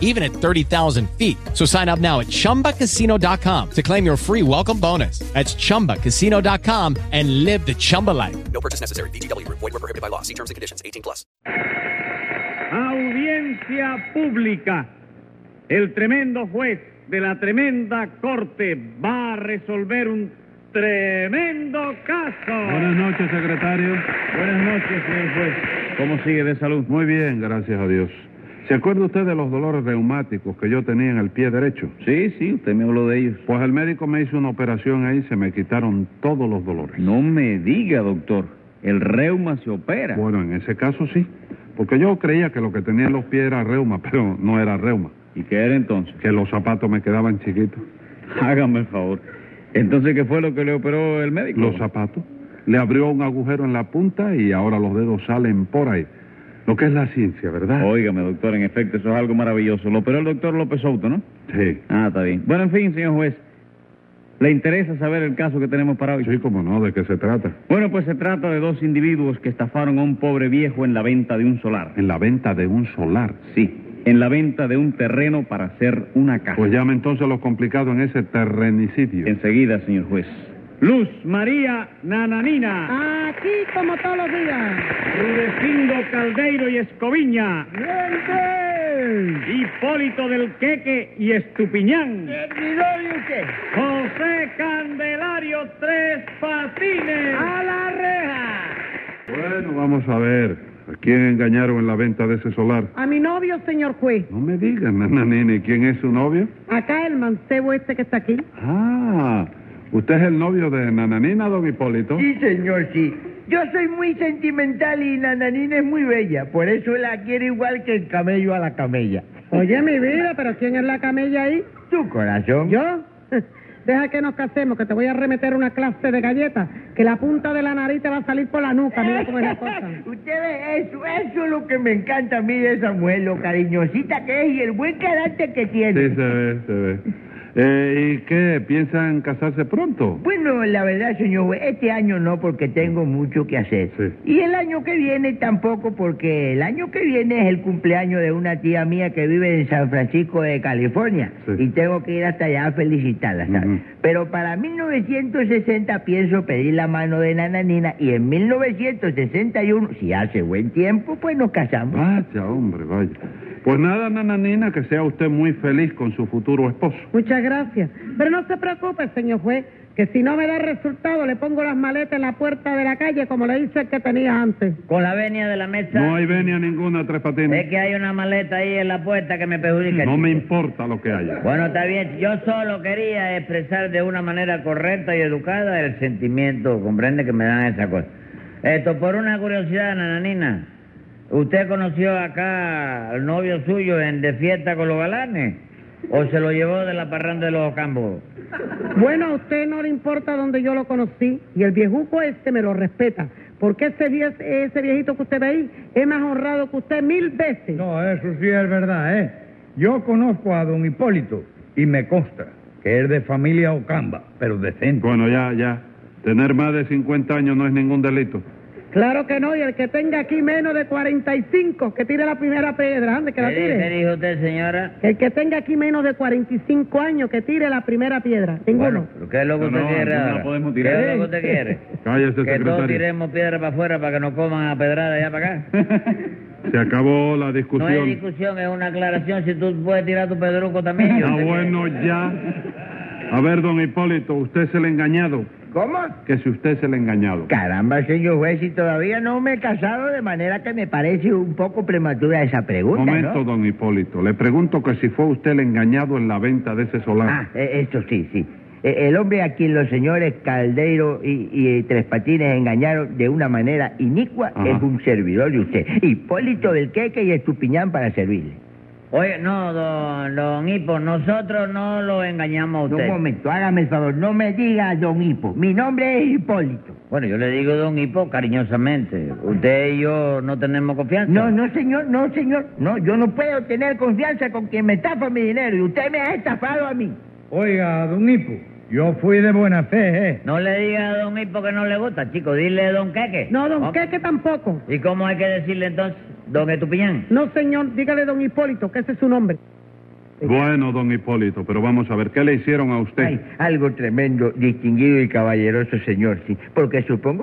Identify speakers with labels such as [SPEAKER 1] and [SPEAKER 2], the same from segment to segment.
[SPEAKER 1] even at 30,000 feet. So sign up now at chumbacasino.com to claim your free welcome bonus. That's chumbacasino.com and live the Chumba life.
[SPEAKER 2] No purchase necessary. VGW Group. Void were prohibited by law. See terms and conditions. 18 plus.
[SPEAKER 3] Audiencia pública. El tremendo juez de la tremenda corte va a resolver un tremendo caso.
[SPEAKER 4] Buenas noches, secretario.
[SPEAKER 3] Buenas noches, señor juez. ¿Cómo sigue de salud?
[SPEAKER 4] Muy bien, gracias a Dios. ¿Se acuerda usted de los dolores reumáticos que yo tenía en el pie derecho?
[SPEAKER 3] Sí, sí, usted me habló de ellos.
[SPEAKER 4] Pues el médico me hizo una operación ahí, se me quitaron todos los dolores.
[SPEAKER 3] No me diga, doctor. El reuma se opera.
[SPEAKER 4] Bueno, en ese caso sí, porque yo creía que lo que tenía en los pies era reuma, pero no era reuma,
[SPEAKER 3] ¿Y qué era entonces?
[SPEAKER 4] que los zapatos me quedaban chiquitos.
[SPEAKER 3] Hágame el favor. Entonces, ¿qué fue lo que le operó el médico?
[SPEAKER 4] Los zapatos. Le abrió un agujero en la punta y ahora los dedos salen por ahí. Lo que es la ciencia, ¿verdad?
[SPEAKER 3] Óigame, doctor, en efecto, eso es algo maravilloso. Lo operó el doctor López Soto, ¿no?
[SPEAKER 4] Sí.
[SPEAKER 3] Ah, está bien. Bueno, en fin, señor juez, ¿le interesa saber el caso que tenemos para hoy?
[SPEAKER 4] Sí, como no, ¿de qué se trata?
[SPEAKER 3] Bueno, pues se trata de dos individuos que estafaron a un pobre viejo en la venta de un solar.
[SPEAKER 4] En la venta de un solar.
[SPEAKER 3] Sí, en la venta de un terreno para hacer una casa.
[SPEAKER 4] Pues llame entonces lo complicado en ese terrenicidio.
[SPEAKER 3] Enseguida, señor juez. Luz María Nananina,
[SPEAKER 5] Aquí como todos los días.
[SPEAKER 3] Rudecindo Caldeiro y Escoviña, Hipólito del Queque y Estupiñán, José Candelario Tres Patines.
[SPEAKER 5] Ah.
[SPEAKER 3] ¡A la reja!
[SPEAKER 4] Bueno, vamos a ver. ¿A quién engañaron en la venta de ese solar?
[SPEAKER 5] A mi novio, señor juez.
[SPEAKER 4] No me digan, nananini. ¿Quién es su novio?
[SPEAKER 5] Acá el mancebo este que está aquí.
[SPEAKER 4] Ah, usted es el novio de Nananina, don Hipólito.
[SPEAKER 6] Sí, señor, sí. Yo soy muy sentimental y Nananina es muy bella. Por eso la quiero igual que el camello a la camella.
[SPEAKER 5] Oye, mi vida, pero ¿quién es la camella ahí?
[SPEAKER 6] ¿Tu corazón?
[SPEAKER 5] ¿Yo? Deja que nos casemos, que te voy a remeter una clase de galletas, que la punta de la nariz te va a salir por la nuca. Mira cómo es la cosa.
[SPEAKER 6] Ustedes, eso, eso es lo que me encanta a mí de esa mujer, lo cariñosita que es y el buen carácter que tiene.
[SPEAKER 4] Sí, se ve, se ve. Eh, ¿Y qué? ¿Piensan casarse pronto?
[SPEAKER 6] Bueno, la verdad, señor, juez, este año no porque tengo mucho que hacer.
[SPEAKER 4] Sí.
[SPEAKER 6] Y el año que viene tampoco porque el año que viene es el cumpleaños de una tía mía que vive en San Francisco de California
[SPEAKER 4] Sí.
[SPEAKER 6] y tengo que ir hasta allá a felicitarla, ¿sabes?
[SPEAKER 4] Ujú.
[SPEAKER 6] Pero para 1960 pienso pedir la mano de Nananina y en 1961, si hace buen tiempo, pues nos casamos.
[SPEAKER 4] Vaya, hombre, vaya. Pues nada, nananina, que sea usted muy feliz con su futuro esposo.
[SPEAKER 5] Muchas gracias. Pero no se preocupe, señor juez, que si no me da resultado, le pongo las maletas en la puerta de la calle, como le hice el que tenía antes.
[SPEAKER 7] Con la venia de la mesa.
[SPEAKER 4] No hay venia ninguna, Tres
[SPEAKER 7] Es
[SPEAKER 4] Patines.
[SPEAKER 7] que hay una maleta ahí en la puerta que me perjudica.
[SPEAKER 4] No me
[SPEAKER 7] chico.
[SPEAKER 4] importa lo que haya.
[SPEAKER 7] Bueno, está bien. Yo solo quería expresar de una manera correcta y educada el sentimiento, comprende, que me dan esa cosa. Esto, por una curiosidad, Nananina. ¿Usted conoció acá al novio suyo en De Fiesta con los Galanes? ¿O se lo llevó de la parranda de los Campos?
[SPEAKER 5] Bueno, a usted no le importa donde yo lo conocí y el viejuco este me lo respeta. Porque ese, vie- ese viejito que usted ve ahí es más honrado que usted mil veces.
[SPEAKER 8] No, eso sí es verdad, ¿eh? Yo conozco a don Hipólito y me consta que es de familia Ocamba, pero decente.
[SPEAKER 4] Bueno, ya, ya. Tener más de 50 años no es ningún delito.
[SPEAKER 5] Claro que no, y el que tenga aquí menos de 45, que tire la primera piedra, ande, que la
[SPEAKER 9] ¿Qué di- qué
[SPEAKER 5] tire.
[SPEAKER 9] dijo usted, señora?
[SPEAKER 5] Que el que tenga aquí menos de 45 años, que tire la primera piedra. Ninguno.
[SPEAKER 9] ¿Pero ¿Qué es lo que
[SPEAKER 4] No,
[SPEAKER 9] usted
[SPEAKER 4] no,
[SPEAKER 9] quiere
[SPEAKER 4] no
[SPEAKER 9] ahora?
[SPEAKER 4] podemos
[SPEAKER 9] ¿Qué
[SPEAKER 4] tirar.
[SPEAKER 9] es lo que usted quiere?
[SPEAKER 4] Cállese,
[SPEAKER 9] que todos
[SPEAKER 4] secretario.
[SPEAKER 9] tiremos piedra para afuera para que nos coman a pedrada allá para acá.
[SPEAKER 4] Se acabó la
[SPEAKER 9] No es
[SPEAKER 4] discusión.
[SPEAKER 9] discusión, es una aclaración. Si tú puedes tirar tu pedruco también. yo
[SPEAKER 4] Ah,
[SPEAKER 9] sé que-
[SPEAKER 4] bueno, ya. A ver, don Hipólito, usted es el engañado.
[SPEAKER 7] ¿Cómo?
[SPEAKER 4] Que si usted es el engañado.
[SPEAKER 7] Caramba, señor juez, si todavía no me he casado, de manera que me parece un poco prematura esa pregunta,
[SPEAKER 4] Momento,
[SPEAKER 7] ¿no?
[SPEAKER 4] don Hipólito. Le pregunto que si fue usted el engañado en la venta de ese solar.
[SPEAKER 7] Ah, eh, esto sí, sí. Eh, El hombre a quien los señores Caldeiro y, y Tres Patines engañaron de una manera inicua
[SPEAKER 4] Ajá.
[SPEAKER 7] es un servidor de usted. Hipólito del Queque y Estupiñán para servirle.
[SPEAKER 9] Oye, no, don, don Hipo, nosotros no lo engañamos a
[SPEAKER 7] Un
[SPEAKER 9] usted.
[SPEAKER 7] momento, hágame el favor, no me diga don Hipo. Mi nombre es Hipólito.
[SPEAKER 9] Bueno, yo le digo don Hipo cariñosamente. Usted y yo no tenemos confianza.
[SPEAKER 7] No, no, señor, no, señor. No, yo no puedo tener confianza con quien me estafa mi dinero y usted me ha estafado a mí.
[SPEAKER 3] Oiga, don Hipo, yo fui de buena fe, ¿eh?
[SPEAKER 9] No le diga a don Hipo que no le gusta, chico. Dile don Queque.
[SPEAKER 5] No, don
[SPEAKER 9] Ok.
[SPEAKER 5] Queque tampoco.
[SPEAKER 9] ¿Y cómo hay que decirle entonces, don Estupiñán?
[SPEAKER 5] No, señor, dígale don Hipólito, que ese es su nombre.
[SPEAKER 4] Bueno, don Hipólito, pero vamos a ver, ¿qué le hicieron a usted?
[SPEAKER 7] Ay, algo tremendo, distinguido y caballeroso, señor, sí. Porque supongo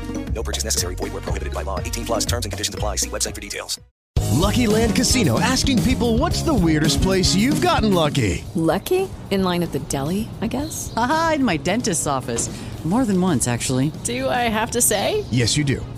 [SPEAKER 10] No purchase necessary. Void where prohibited by law. 18 plus terms and conditions apply. See website for details.
[SPEAKER 11] Lucky Land Casino asking people what's the weirdest place you've gotten lucky?
[SPEAKER 12] Lucky? In line at the deli, I guess?
[SPEAKER 11] Aha, in my dentist's office. More than once, actually.
[SPEAKER 12] Do I have to say?
[SPEAKER 11] Yes, you do.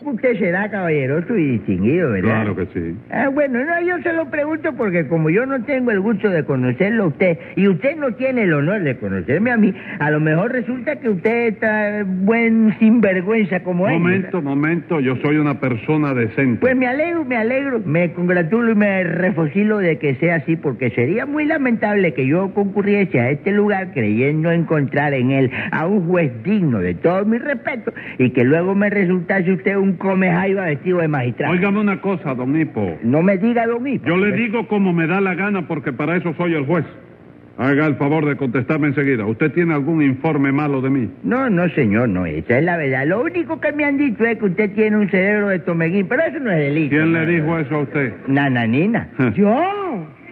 [SPEAKER 7] que usted será caballeroso y distinguido, ¿verdad?
[SPEAKER 4] Claro que sí.
[SPEAKER 7] Ah, bueno, no, yo se lo pregunto porque como yo no tengo el gusto de conocerlo a usted y usted no tiene el honor de conocerme a mí, a lo mejor resulta que usted está buen sinvergüenza como él.
[SPEAKER 4] Momento, momento, yo soy una persona decente.
[SPEAKER 7] Pues me alegro, me alegro, me congratulo y me refocilo de que sea así, porque sería muy lamentable que yo concurriese a este lugar creyendo encontrar en él a un juez digno de todo mi respeto y que luego me resultase usted un comejaiba vestido de magistrado.
[SPEAKER 4] Óigame una cosa, don Hipo.
[SPEAKER 7] No me diga lo mismo.
[SPEAKER 4] Yo le digo como me da la gana porque para eso soy el juez. Haga el favor de contestarme enseguida. ¿Usted tiene algún informe malo de mí?
[SPEAKER 7] No, no, señor, no, esa es la verdad. Lo único que me han dicho es que usted tiene un cerebro de tomeguín, pero eso no es delito.
[SPEAKER 4] ¿Quién le dijo eso a usted?
[SPEAKER 7] Nananina.
[SPEAKER 5] Yo.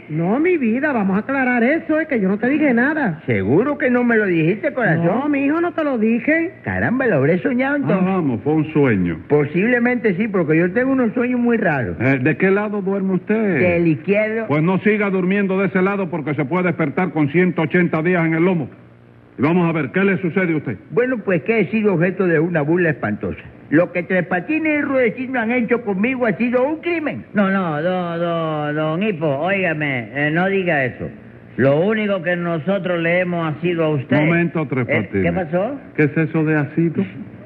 [SPEAKER 5] No, mi vida, vamos a aclarar eso, es que yo no te dije nada.
[SPEAKER 7] Seguro que no me lo dijiste, corazón.
[SPEAKER 5] No, mi hijo, no te lo dije.
[SPEAKER 7] Caramba, lo habré soñado
[SPEAKER 4] Ah,
[SPEAKER 7] entonces.
[SPEAKER 4] vamos, fue un sueño.
[SPEAKER 7] Posiblemente sí, porque yo tengo unos sueños muy raros.
[SPEAKER 4] Eh, ¿De qué lado duerme usted?
[SPEAKER 7] Del izquierdo.
[SPEAKER 4] Pues no siga durmiendo de ese lado porque se puede despertar con 180 días en el lomo. Y vamos a ver, ¿qué le sucede a usted?
[SPEAKER 7] Bueno, pues que he sido objeto de una burla espantosa. Lo que Tres Patines y Rudecindo han hecho conmigo ha sido un crimen.
[SPEAKER 9] No, no, don, don, don Hipo, óigame, eh, no diga eso. Lo único que nosotros le hemos sido a usted...
[SPEAKER 4] Momento, Tres
[SPEAKER 9] Eh,
[SPEAKER 4] Patines.
[SPEAKER 9] ¿Qué pasó?
[SPEAKER 4] ¿Qué es eso de acito?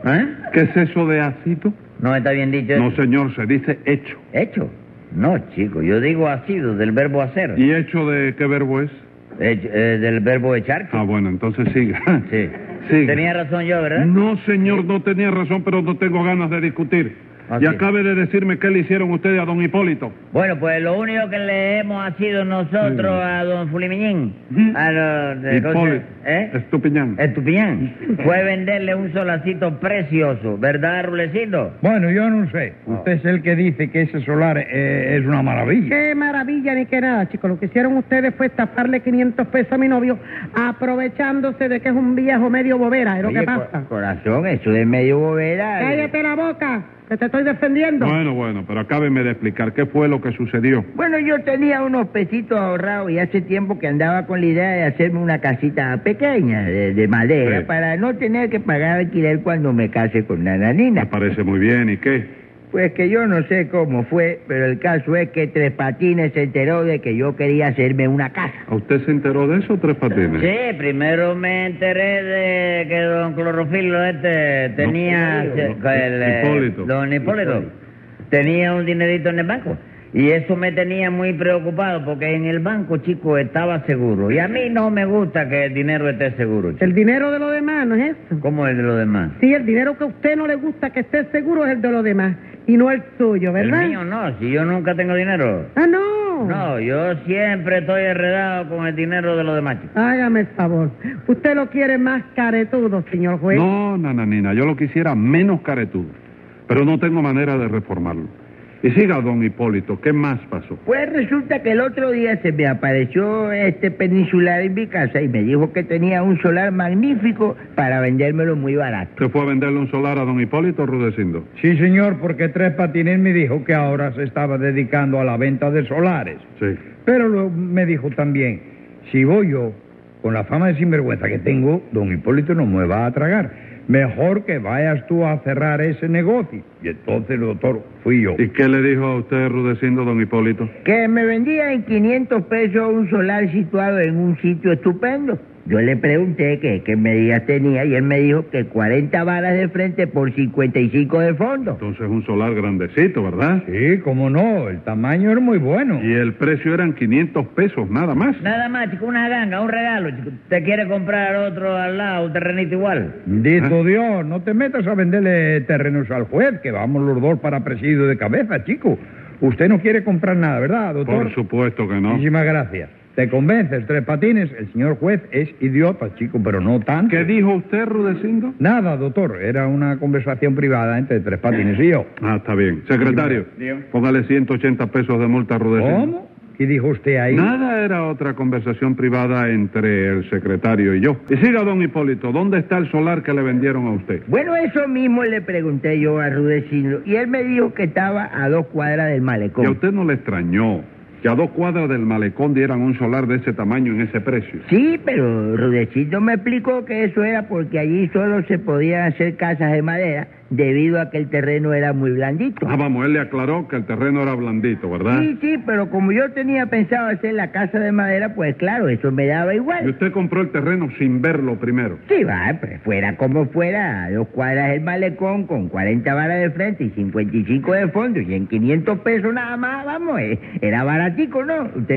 [SPEAKER 9] ¿Eh?
[SPEAKER 4] ¿Qué es eso de acito?
[SPEAKER 7] No está bien dicho.
[SPEAKER 4] No, señor, se dice hecho.
[SPEAKER 7] ¿Hecho? No, chico, yo digo ha sido, del verbo hacer. Eh,
[SPEAKER 4] ¿Y hecho de qué verbo es?
[SPEAKER 7] del verbo echar.
[SPEAKER 4] Ah, bueno, entonces siga.
[SPEAKER 7] Sí. Tenía razón yo, ¿verdad?
[SPEAKER 4] No, señor, no tenía razón, pero no tengo ganas de discutir. y acabe de decirme qué le hicieron ustedes a don Hipólito.
[SPEAKER 7] Bueno, pues lo único que le hemos ha sido nosotros a don Fulimiñín, a los... de- ¿cómo se-
[SPEAKER 4] Hipólito.
[SPEAKER 7] ¿Eh?
[SPEAKER 4] Estupiñán.
[SPEAKER 7] Estupiñán. Fue venderle un solacito precioso, ¿verdad, Rulecito?
[SPEAKER 8] Bueno, yo no sé. Usted es el que dice que ese solar eh, es una maravilla.
[SPEAKER 5] Qué maravilla ni qué nada, chicos. Lo que hicieron ustedes fue estafarle 500 pesos a mi novio, aprovechándose de que es un viejo medio bobera. Es lo que
[SPEAKER 7] pues,
[SPEAKER 6] Oye,
[SPEAKER 5] pasa.
[SPEAKER 6] co- corazón, eso de medio bobera. eh.
[SPEAKER 5] Cállate la boca, que te estoy defendiendo.
[SPEAKER 4] Bueno, bueno, pero acábeme de explicar qué fue lo que sucedió.
[SPEAKER 6] Bueno, yo tenía unos pesitos ahorrados y hace tiempo que andaba con la idea de hacerme una casita pequeña de, de madera
[SPEAKER 4] Sí.
[SPEAKER 6] para no tener que pagar alquiler cuando me case con Nananina.
[SPEAKER 4] Me parece muy bien, ¿y qué?
[SPEAKER 6] Pues que yo no sé cómo fue, pero el caso es que Tres Patines se enteró de que yo quería hacerme una casa.
[SPEAKER 4] ¿A usted se enteró de eso, Tres Patines?
[SPEAKER 7] Sí, primero me enteré de que don Clorofilo este tenía...
[SPEAKER 6] No,
[SPEAKER 7] se-
[SPEAKER 6] no,
[SPEAKER 7] el, eh,
[SPEAKER 6] Hipólito.
[SPEAKER 7] Don Hipólito. Tenía un dinerito en el banco. Y eso me tenía muy preocupado porque en el banco, chico, estaba seguro. Y a mí no me gusta que el dinero esté seguro.
[SPEAKER 5] El dinero de los demás, ¿no es eso?
[SPEAKER 7] ¿Cómo es de lo demás?
[SPEAKER 5] Sí, el dinero que a usted no le gusta que esté seguro es el de los demás y no el suyo, ¿verdad?
[SPEAKER 7] El mío no, si yo nunca tengo dinero.
[SPEAKER 5] Ah, no.
[SPEAKER 7] No, yo siempre estoy enredado con el dinero de los demás. chicos.
[SPEAKER 5] Hágame el favor. Usted lo quiere más caretudo, señor juez.
[SPEAKER 4] No, nananina, yo lo quisiera menos caretudo, pero no tengo manera de reformarlo. Y siga, don Hipólito, ¿qué más pasó?
[SPEAKER 6] Pues resulta que el otro día se me apareció este peninsular en mi casa y me dijo que tenía un solar magnífico para vendérmelo muy barato.
[SPEAKER 4] ¿Se fue a venderle un solar a don Hipólito, Rudecindo?
[SPEAKER 8] Sí, señor, porque Tres Patines me dijo que ahora se estaba dedicando a la venta de solares.
[SPEAKER 4] Sí.
[SPEAKER 8] Pero lo- me dijo también, si voy yo, con la fama de sinvergüenza que tengo, don Hipólito no me va a tragar. Mejor que vayas tú a cerrar ese negocio. Y entonces, doctor, fui yo.
[SPEAKER 4] ¿Y qué le dijo a usted, Rudecindo, don Hipólito?
[SPEAKER 6] Que me vendía en 500 pesos un solar situado en un sitio estupendo. Yo le pregunté que- qué medidas tenía y él me dijo que 40 varas de frente por 55 de fondo.
[SPEAKER 4] Entonces un solar grandecito, ¿verdad?
[SPEAKER 8] Sí, cómo no, el tamaño era muy bueno.
[SPEAKER 4] Y el precio eran 500 pesos, nada más.
[SPEAKER 7] Nada más, chico, una ganga, un regalo. Chico. ¿Te quiere comprar otro al lado, un terrenito igual?
[SPEAKER 4] Ah.
[SPEAKER 8] Bendito Dios, no te metas a venderle terrenos al juez, que vamos los dos para presidio de cabeza, chico. Usted no quiere comprar nada, ¿verdad, doctor?
[SPEAKER 4] Por supuesto que no.
[SPEAKER 8] Muchísimas gracias. Te convences, Tres Patines. El señor juez es idiota, chico, pero no tanto.
[SPEAKER 4] ¿Qué dijo usted, Rudecindo?
[SPEAKER 8] Nada, doctor. Era una conversación privada entre Tres Patines y yo.
[SPEAKER 4] Ah, está bien. Secretario, póngale 180 pesos de multa a Rudecindo.
[SPEAKER 8] ¿Cómo? ¿Qué dijo usted ahí?
[SPEAKER 4] Nada era otra conversación privada entre el secretario y yo. Y siga, don Hipólito, ¿dónde está el solar que le vendieron a usted?
[SPEAKER 6] Bueno, eso mismo le pregunté yo a Rudecindo y él me dijo que estaba a dos cuadras del
[SPEAKER 4] Que a
[SPEAKER 6] malecón.
[SPEAKER 4] usted no le extrañó que a dos cuadras del malecón dieran un solar de ese tamaño en ese precio.
[SPEAKER 6] Sí, pero Rudecindo me explicó que eso era porque allí solo se podían hacer casas de madera debido a que el terreno era muy blandito.
[SPEAKER 4] Ah, vamos, él le aclaró que el terreno era blandito, ¿verdad?
[SPEAKER 6] Sí, sí, pero como yo tenía pensado hacer la casa de madera, pues claro, eso me daba
[SPEAKER 4] Y
[SPEAKER 6] igual.
[SPEAKER 4] usted compró el terreno sin verlo primero.
[SPEAKER 6] Sí, va, pues fuera como fuera, a dos cuadras del malecón con 40 varas de frente y 55 de fondo y en 500 pesos nada más, vamos, eh, era baratico, ¿no? Usted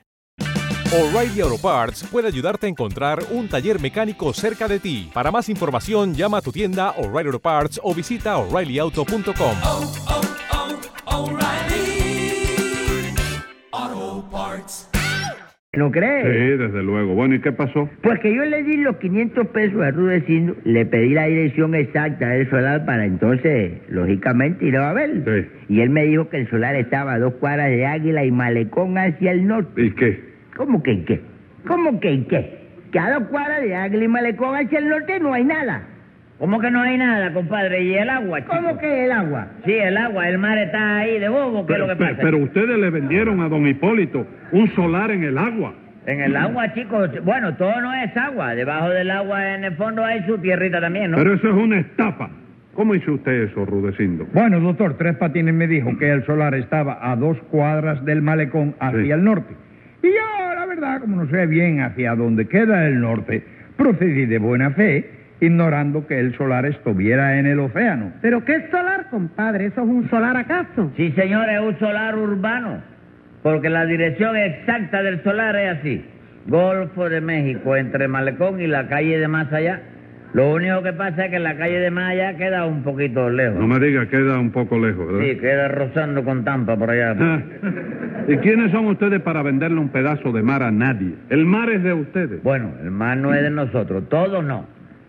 [SPEAKER 13] O'Reilly Auto Parts puede ayudarte a encontrar un taller mecánico cerca de ti. Para más información, llama a tu tienda O'Reilly Auto Parts o visita oreillyauto.com.
[SPEAKER 14] oh, oh, O'Reilly Auto Parts.
[SPEAKER 6] ¿No crees?
[SPEAKER 4] Sí, desde luego. Bueno, ¿y qué pasó?
[SPEAKER 6] Pues que yo le di los 500 pesos a Rudecindo, le pedí la dirección exacta del solar para entonces, lógicamente, ir a ver. Y él me dijo que el solar estaba a dos cuadras de Águila y Malecón hacia el norte.
[SPEAKER 4] ¿Y qué?
[SPEAKER 6] ¿Cómo que y qué? ¿Cómo que y qué? Que a dos cuadras de Águila y Malecón hacia el norte no hay nada.
[SPEAKER 7] ¿Cómo que no hay nada, compadre? ¿Y el agua, chico?
[SPEAKER 6] ¿Cómo que el agua?
[SPEAKER 7] Sí, el agua, el mar está ahí de bobo, ¿qué es lo que
[SPEAKER 4] Pe-
[SPEAKER 7] pasa?
[SPEAKER 4] Pero ustedes le vendieron a don Hipólito un solar en el agua.
[SPEAKER 7] En el agua, chicos, bueno, todo no es agua. Debajo del agua, en el fondo, hay su tierrita también, ¿no?
[SPEAKER 4] Pero eso es una estafa. ¿Cómo hizo usted eso, Rudecindo?
[SPEAKER 8] Bueno, doctor, Tres Patines me dijo que el solar estaba a dos cuadras del malecón hacia el norte. Y yo, la verdad, como no sé bien hacia dónde queda el norte, procedí de buena fe, ignorando que el solar estuviera en el océano.
[SPEAKER 5] ¿Pero qué es solar, compadre? ¿Eso es un solar acaso?
[SPEAKER 7] Sí, señor, es un solar urbano, porque la dirección exacta del solar es así. Golfo de México, entre Malecón y la calle de más allá. Lo único que pasa es que la calle de más allá queda un poquito lejos.
[SPEAKER 4] No me diga, queda un poco lejos, ¿verdad?
[SPEAKER 7] Sí, queda rozando con Tampa por allá.
[SPEAKER 4] Ah, ¿Y quiénes son ustedes para venderle un pedazo de mar a nadie? El mar es de ustedes.
[SPEAKER 7] Bueno, el mar no es de nosotros, todos no.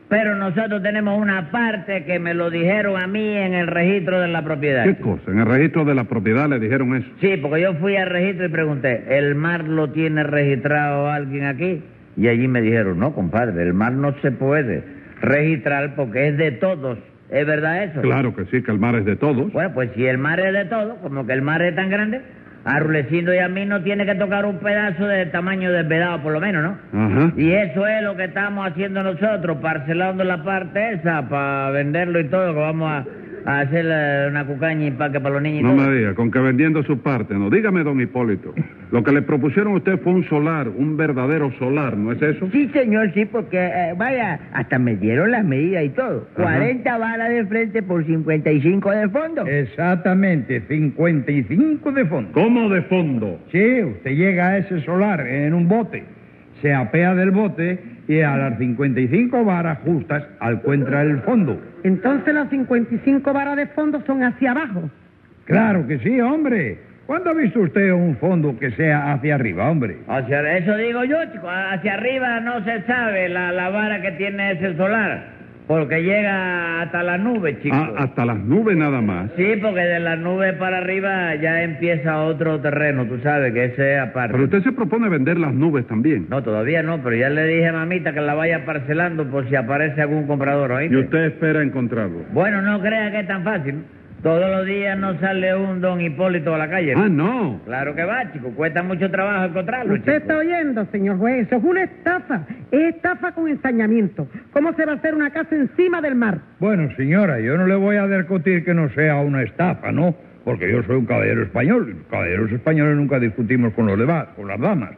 [SPEAKER 7] Pero nosotros tenemos una parte que me lo dijeron a mí en el registro de la propiedad.
[SPEAKER 4] ¿Qué cosa? En el registro de la propiedad le dijeron eso.
[SPEAKER 7] Sí, porque yo fui al registro y pregunté, ¿el mar lo tiene registrado alguien aquí? Y allí me dijeron, no, compadre, el mar no se puede registrar porque es de todos. ¿Es verdad eso?
[SPEAKER 4] Claro que sí, que el mar es de todos.
[SPEAKER 7] Bueno, pues si el mar es de todos, como que el mar es tan grande, a Rulecindo y a mí no tiene que tocar un pedazo de tamaño desvedado, por lo menos, ¿no?
[SPEAKER 4] Ajá.
[SPEAKER 7] Y eso es lo que estamos haciendo nosotros, parcelando la parte esa para venderlo y todo, que vamos a, a hacer eh, una cucaña y paque para los niños. y
[SPEAKER 4] No
[SPEAKER 7] todo.
[SPEAKER 4] me diga, con que vendiendo su parte, no. Dígame, don Hipólito, lo que le propusieron a usted fue un solar, un verdadero solar, ¿no es eso?
[SPEAKER 6] Sí, señor, sí, porque, eh, vaya, hasta me dieron las medidas y todo.
[SPEAKER 4] Ajá.
[SPEAKER 6] 40 varas de frente por 55 de fondo.
[SPEAKER 8] Exactamente, 55 de fondo.
[SPEAKER 4] ¿Cómo de fondo?
[SPEAKER 8] Sí, usted llega a ese solar en un bote, se apea del bote y a las 55 varas justas encuentra el fondo.
[SPEAKER 5] Entonces las 55 varas de fondo son hacia abajo.
[SPEAKER 8] Claro que sí, hombre. ¿Cuándo ha visto usted un fondo que sea hacia arriba, hombre?
[SPEAKER 7] Hacia eso digo yo, chico. Hacia arriba no se sabe la, la vara que tiene ese solar. Porque llega hasta la nube, chico.
[SPEAKER 4] Ah, hasta las nubes nada más.
[SPEAKER 7] Sí, porque de la nube para arriba ya empieza otro terreno, tú sabes, que ese es aparte.
[SPEAKER 4] Pero usted se propone vender las nubes también.
[SPEAKER 7] No, todavía no, pero ya le dije a mamita que la vaya parcelando por si aparece algún comprador,
[SPEAKER 4] Y
[SPEAKER 7] ¿oíste?
[SPEAKER 4] usted espera encontrarlo.
[SPEAKER 7] Bueno, no crea que es tan fácil. Todos los días no sale un don Hipólito a la calle.
[SPEAKER 4] Ah, no.
[SPEAKER 7] Claro que va, chico. Cuesta mucho trabajo encontrarlo,
[SPEAKER 5] ¿Usted
[SPEAKER 8] pues.
[SPEAKER 5] está
[SPEAKER 7] chico.
[SPEAKER 5] oyendo, señor juez? Eso es una estafa. Es estafa con ensañamiento. ¿Cómo se va a hacer una casa encima del mar?
[SPEAKER 8] Bueno, señora, yo no le voy a discutir que no sea una estafa, ¿no? Porque yo soy un caballero español. y Los caballeros españoles nunca discutimos con los demás, con las damas.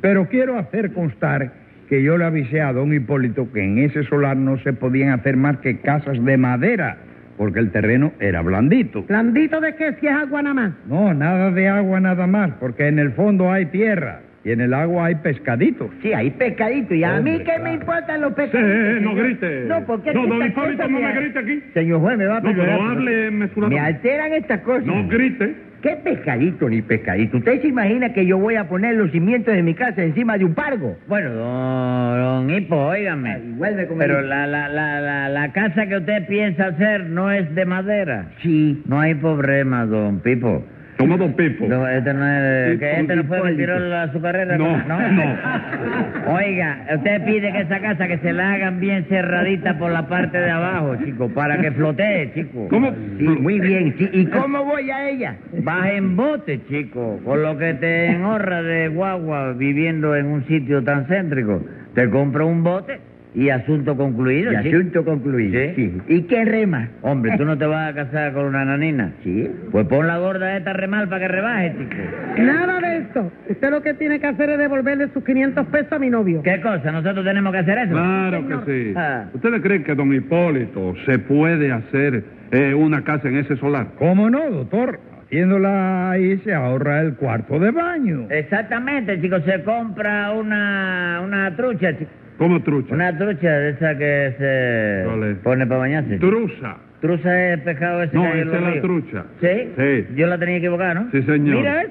[SPEAKER 8] Pero quiero hacer constar que yo le avisé a don Hipólito que en ese solar no se podían hacer más que casas de madera, porque el terreno era blandito.
[SPEAKER 5] ¿Blandito de qué si es agua nada más?
[SPEAKER 8] No, nada de agua nada más, porque en el fondo hay tierra y en el agua hay pescaditos.
[SPEAKER 6] Sí, hay pescaditos. Y a
[SPEAKER 8] Hombre,
[SPEAKER 6] mí qué me importan los pescaditos.
[SPEAKER 8] Sí, no
[SPEAKER 6] señor?
[SPEAKER 8] grite.
[SPEAKER 6] No, porque.
[SPEAKER 4] No,
[SPEAKER 6] es que
[SPEAKER 4] don
[SPEAKER 6] estas
[SPEAKER 4] Hipólito,
[SPEAKER 6] cosas
[SPEAKER 4] no me grite aquí.
[SPEAKER 6] Señor juez, me va a
[SPEAKER 4] No, pero
[SPEAKER 6] perdonar,
[SPEAKER 4] hable mesurado.
[SPEAKER 6] Me alteran estas cosas.
[SPEAKER 4] No grite.
[SPEAKER 6] ¿Qué pescadito ni pescadito? ¿Usted se imagina que yo voy a poner los cimientos de mi casa encima de un pargo?
[SPEAKER 7] Bueno, don, don Hipo, óigame.
[SPEAKER 6] vuelve con
[SPEAKER 7] Pero
[SPEAKER 6] el-
[SPEAKER 7] la, la, la, la, la casa que usted piensa hacer no es de madera.
[SPEAKER 6] Sí. Oh.
[SPEAKER 7] No hay problema, don Pipo.
[SPEAKER 4] Toma don Pipo.
[SPEAKER 7] No, este no es...
[SPEAKER 4] Pipo,
[SPEAKER 7] que este no fue el que
[SPEAKER 4] Hipólito.
[SPEAKER 7] tiró la, su carrera.
[SPEAKER 4] No, no.
[SPEAKER 7] Oiga, usted pide que esa casa que se la hagan bien cerradita por la parte de abajo, chico, para que flotee, chico.
[SPEAKER 4] ¿Cómo?
[SPEAKER 6] Sí, muy bien. Sí. ¿Y cómo voy a ella?
[SPEAKER 7] Vas en bote, chico, con lo que te enhorra de guagua viviendo en un sitio tan céntrico. Te compro un bote y asunto concluido,
[SPEAKER 6] Y
[SPEAKER 7] chico.
[SPEAKER 6] asunto concluido.
[SPEAKER 7] ¿Sí?
[SPEAKER 6] Sí. ¿Y qué rema?
[SPEAKER 7] Hombre, ¿tú no te vas a casar con una nanina?
[SPEAKER 6] Sí.
[SPEAKER 7] Pues pon la gorda esta remal para que rebaje, chico.
[SPEAKER 5] Nada de eso. Usted lo que tiene que hacer es devolverle sus 500 pesos a mi novio.
[SPEAKER 7] ¿Qué cosa? ¿Nosotros tenemos que hacer eso? Ah.
[SPEAKER 4] Claro que sí.
[SPEAKER 8] Ah.
[SPEAKER 4] ¿Ustedes creen que don Hipólito se puede hacer eh, una casa en ese solar?
[SPEAKER 8] ¿Cómo no, doctor? Haciéndola ahí se ahorra el cuarto de baño.
[SPEAKER 7] Exactamente, chico. Se compra una, una trucha, chico.
[SPEAKER 4] ¿Cómo trucha?
[SPEAKER 7] Una trucha de esa que se
[SPEAKER 4] ¿Cuál es?
[SPEAKER 7] pone para bañarse. chico.
[SPEAKER 4] Truza.
[SPEAKER 7] Truza es pescado ese
[SPEAKER 4] No,
[SPEAKER 7] que hay
[SPEAKER 4] esa
[SPEAKER 7] en
[SPEAKER 4] es
[SPEAKER 7] los
[SPEAKER 4] la
[SPEAKER 7] ríos.
[SPEAKER 4] trucha.
[SPEAKER 7] ¿Sí?
[SPEAKER 4] Sí.
[SPEAKER 7] Yo la tenía equivocada, ¿no?
[SPEAKER 4] Sí, señor.
[SPEAKER 7] Mira, ¿ves?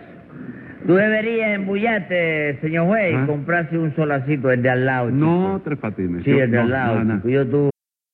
[SPEAKER 7] Tú deberías embullarte, señor juez,
[SPEAKER 4] ¿Ah?
[SPEAKER 7] y comprarse un solacito, el de al lado. No,
[SPEAKER 4] tres patines.
[SPEAKER 7] Sí,
[SPEAKER 4] Yo-
[SPEAKER 7] el de al
[SPEAKER 4] no,
[SPEAKER 7] lado.
[SPEAKER 4] no, no.
[SPEAKER 7] chico. Yo tuve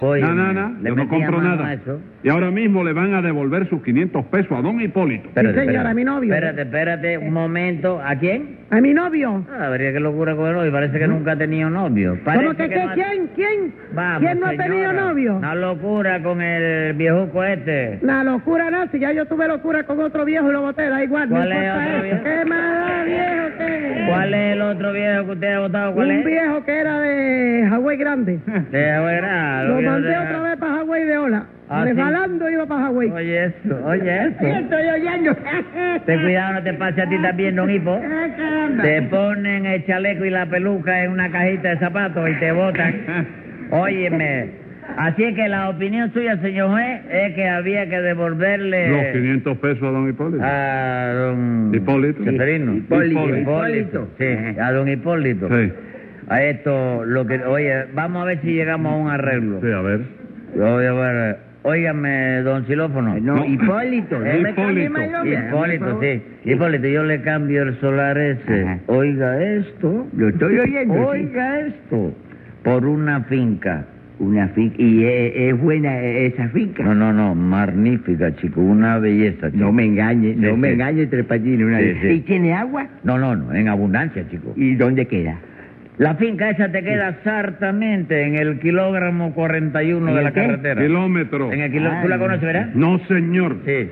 [SPEAKER 4] No, no, no, yo no compro nada. Y ahora mismo le van a devolver sus 500 pesos a don Hipólito.
[SPEAKER 5] sí, señora, a mi novio.
[SPEAKER 7] Espérate, espérate un momento. ¿A quién?
[SPEAKER 5] A mi novio. ¿Mm?
[SPEAKER 7] Ah, habría que locura con el novio. Parece que nunca ha tenido novio. Parece
[SPEAKER 5] ¿Cómo que, qué?
[SPEAKER 7] no ha-
[SPEAKER 5] ¿Quién? ¿Quién?
[SPEAKER 7] Vamos,
[SPEAKER 5] ¿Quién no ha
[SPEAKER 7] señora.
[SPEAKER 5] tenido novio?
[SPEAKER 7] Una locura con el viejuco este.
[SPEAKER 5] La locura no, si ya yo tuve locura con otro viejo y lo boté, da igual, no
[SPEAKER 7] ¿Cuál es
[SPEAKER 5] importa
[SPEAKER 7] otro
[SPEAKER 5] eso.
[SPEAKER 7] viejo?
[SPEAKER 5] ¿Qué más da, viejo? ¿Qué?
[SPEAKER 7] ¿Cuál es el otro viejo que usted ha votado? ¿Cuál
[SPEAKER 5] Un
[SPEAKER 7] es?
[SPEAKER 5] viejo que era de Hawái Grande.
[SPEAKER 7] De Abuela,
[SPEAKER 5] Lo
[SPEAKER 7] viejo
[SPEAKER 5] mandé
[SPEAKER 7] de-
[SPEAKER 5] otra vez para Hawái de ola.
[SPEAKER 7] Ah, ¿sí?
[SPEAKER 5] Resbalando iba para Hawái.
[SPEAKER 7] Oye eso, oye eso.
[SPEAKER 5] Sí, estoy oyendo.
[SPEAKER 7] Ten cuidado, no te pase a ti también, don Hipo.
[SPEAKER 5] Ah, caramba.
[SPEAKER 7] Te ponen el chaleco y la peluca en una cajita de zapatos y te botan. Óyeme. Así es que la opinión suya, señor juez, es que había que devolverle...
[SPEAKER 4] Eh, Los 500 pesos a don Hipólito.
[SPEAKER 7] Ah. A don...
[SPEAKER 4] Hipólito.
[SPEAKER 7] Seferino.
[SPEAKER 4] Hipólito.
[SPEAKER 7] Hipólito. Sí, a don Hipólito.
[SPEAKER 4] Sí.
[SPEAKER 7] A esto, lo que... Oye, vamos a ver si llegamos a un arreglo.
[SPEAKER 4] Sí, a ver.
[SPEAKER 7] Yo voy a ver, Óigame, don Silófono.
[SPEAKER 6] No, Hipólito, no me cambie
[SPEAKER 7] Hipólito.
[SPEAKER 6] más nombre, por
[SPEAKER 7] Hipólito,
[SPEAKER 6] favor.
[SPEAKER 7] sí. Hipólito, yo le cambio el solar ese.
[SPEAKER 6] Ajá.
[SPEAKER 7] Oiga esto.
[SPEAKER 6] Lo estoy oyendo, sí.
[SPEAKER 7] Oiga esto. Por una finca.
[SPEAKER 6] Una finca. ¿Y es, es buena esa finca?
[SPEAKER 7] No, no, no. Magnífica, chico. Una belleza, chico.
[SPEAKER 6] No me engañe, no
[SPEAKER 7] Sí,
[SPEAKER 6] me
[SPEAKER 7] sí.
[SPEAKER 6] engañe, Tres Patines. Una
[SPEAKER 7] Sí,
[SPEAKER 6] vez.
[SPEAKER 7] sí.
[SPEAKER 6] ¿Y tiene agua?
[SPEAKER 7] No, no, no. En abundancia, chico.
[SPEAKER 6] ¿Y dónde queda?
[SPEAKER 7] La finca esa te queda exactamente en el kilogramo 41 de
[SPEAKER 6] ¿En
[SPEAKER 7] la
[SPEAKER 6] el qué?
[SPEAKER 7] carretera.
[SPEAKER 4] Kilómetro.
[SPEAKER 7] En el kilómetro. ¿Tú la conoces, verdad?
[SPEAKER 4] Ah. No, señor.
[SPEAKER 7] Sí.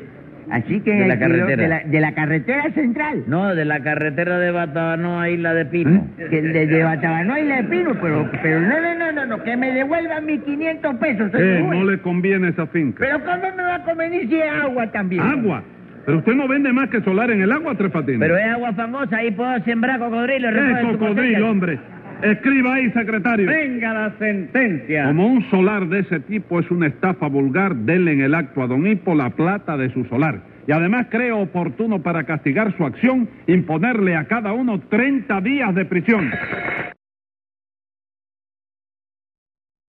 [SPEAKER 6] Así que
[SPEAKER 7] De la
[SPEAKER 6] el kilo-
[SPEAKER 7] carretera.
[SPEAKER 6] De, la, de la carretera central.
[SPEAKER 7] No, de la carretera de Batabano a Isla de Pino.
[SPEAKER 6] ¿Eh? Que de, de Batabanoa y la de Pino, pero, pero no, no, no, no, no, que me devuelvan mis 500 pesos. señor
[SPEAKER 4] Eh,
[SPEAKER 6] juez.
[SPEAKER 4] no le conviene esa finca.
[SPEAKER 6] Pero ¿cómo me va a convenir si es agua también?
[SPEAKER 4] Agua. Pero usted no vende más que solar en el agua, Tres Patines.
[SPEAKER 7] Pero es agua famosa, ahí puedo sembrar cocodrilo. recoge
[SPEAKER 4] Es
[SPEAKER 7] tu cosecha.
[SPEAKER 4] cocodrilo, hombre. Escriba ahí, secretario.
[SPEAKER 3] Venga la sentencia.
[SPEAKER 4] Como un solar de ese tipo es una estafa vulgar, denle en el acto a Don Hipo la plata de su solar. Y además creo oportuno para castigar su acción imponerle a cada uno 30 días de prisión.